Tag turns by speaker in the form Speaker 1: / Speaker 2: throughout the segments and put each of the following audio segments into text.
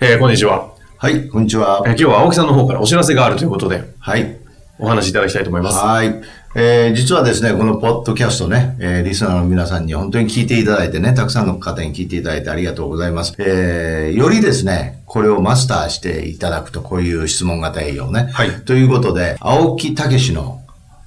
Speaker 1: えーこんにちは、
Speaker 2: はい、こんにちは
Speaker 1: えー。今日は青木さんの方からお知らせがあるということで、
Speaker 2: はい。
Speaker 1: お話しいただきたいと思います。
Speaker 2: はい。えー実はですね、このポッドキャストね、えーリスナーの皆さんに本当に聞いていただいてね、たくさんの方に聞いていただいてありがとうございます。えーよりですね、これをマスターしていただくと、こういう質問型営業ね。
Speaker 1: はい
Speaker 2: ということで、青木武の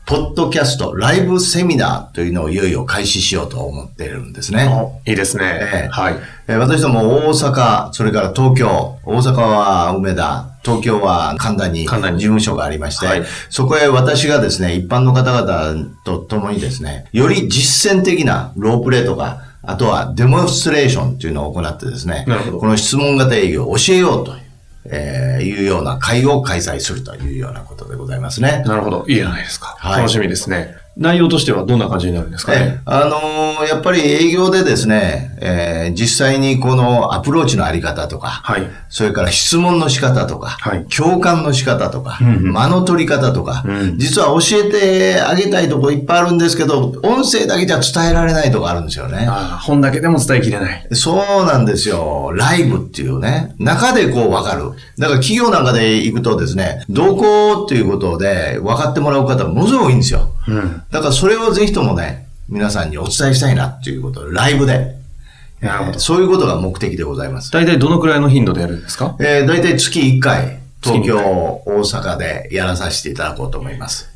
Speaker 2: ポッドキャストライブセミナーというのをいよいよ開始しようと思っているんですね。
Speaker 1: いいですね。
Speaker 2: ええ
Speaker 1: はい。
Speaker 2: えー私ども大阪、それから東京、大阪は梅田、東京は神田に事
Speaker 1: 神田に
Speaker 2: 務所がありまして、
Speaker 1: はい
Speaker 2: そこへ私がですね、一般の方々と共にですね、より実践的なロープレーとか、あとはデモンストレーションというのを行ってですね、
Speaker 1: なるほど
Speaker 2: この質問型営業を教えようという、えーいうような会を開催するというようなことでございますね。
Speaker 1: なるほど。いいじゃないですか。
Speaker 2: はい
Speaker 1: 楽しみですね。内容としてはどんな感じになるんですか
Speaker 2: ええ
Speaker 1: ね。
Speaker 2: あのーやっぱり営業でですね、えー実際にこのアプローチのあり方とか、
Speaker 1: はい。
Speaker 2: それから質問の仕方とか、
Speaker 1: はい
Speaker 2: 共感の仕方とか、
Speaker 1: んうん
Speaker 2: 間の取り方とか、
Speaker 1: うん
Speaker 2: 実は教えてあげたいとこいっぱいあるんですけど、音声だけじゃ伝えられないとこあるんですよね。
Speaker 1: ああ、本だけでも伝えきれない。
Speaker 2: そうなんですよ。ライブっていうね。中でこう分かる。だから企業なんかで行くとですね、同行っていうことで分かってもらう方ものすごく多いんですよ。
Speaker 1: うん。
Speaker 2: だからそれをぜひともね、皆さんにお伝えしたいなっていうことで、ライブで。
Speaker 1: なるほ
Speaker 2: え
Speaker 1: ど
Speaker 2: ー。そういうことが目的でございます。
Speaker 1: 大体どのくらいの頻度でやるんですか
Speaker 2: えー、大体月1回、東京、
Speaker 1: 月
Speaker 2: 大阪でやらさせていただこうと思います。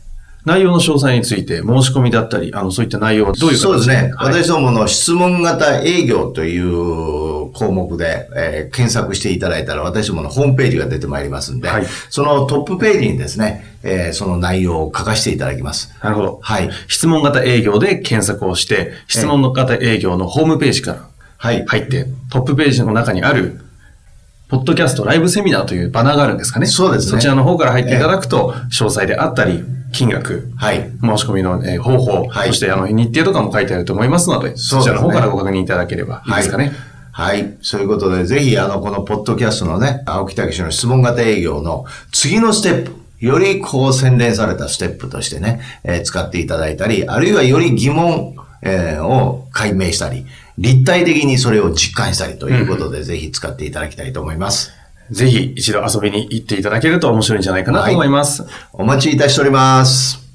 Speaker 1: 内容の詳細について、申し込みだったり、あの、そういった内容はどういう形
Speaker 2: そうですね。
Speaker 1: はい
Speaker 2: 私どもの質問型営業という項目で、えー検索していただいたら、私どものホームページが出てまいりますんで、
Speaker 1: はい
Speaker 2: そのトップページにですね、えーその内容を書かせていただきます。
Speaker 1: なるほど。
Speaker 2: はい。
Speaker 1: 質問型営業で検索をして、質問の型営業のホームページから
Speaker 2: はい。
Speaker 1: 入って、トップページの中にある、ポッドキャストライブセミナーというバナーがあるんですかね。
Speaker 2: そうですね
Speaker 1: そちらの方から入っていただくと、詳細であったり、金額、
Speaker 2: はい。
Speaker 1: 申し込みのえー方法、
Speaker 2: はい
Speaker 1: そしてあの日程とかも書いてあると思いますので、
Speaker 2: す
Speaker 1: そ
Speaker 2: ね
Speaker 1: ちらの方からご確認いただければいいですかね。
Speaker 2: はい。はい。そういうことで、ぜひ、あの、このポッドキャストのね、青木武氏の質問型営業の次のステップ、よりこう洗練されたステップとしてね、えー使っていただいたり、あるいはより疑問、えーを解明したり、立体的にそれを実感したりということで、ぜひ使っていただきたいと思います。
Speaker 1: ぜひ一度遊びに行っていただけると面白いんじゃないかなと思います。
Speaker 2: お待ちいたしております。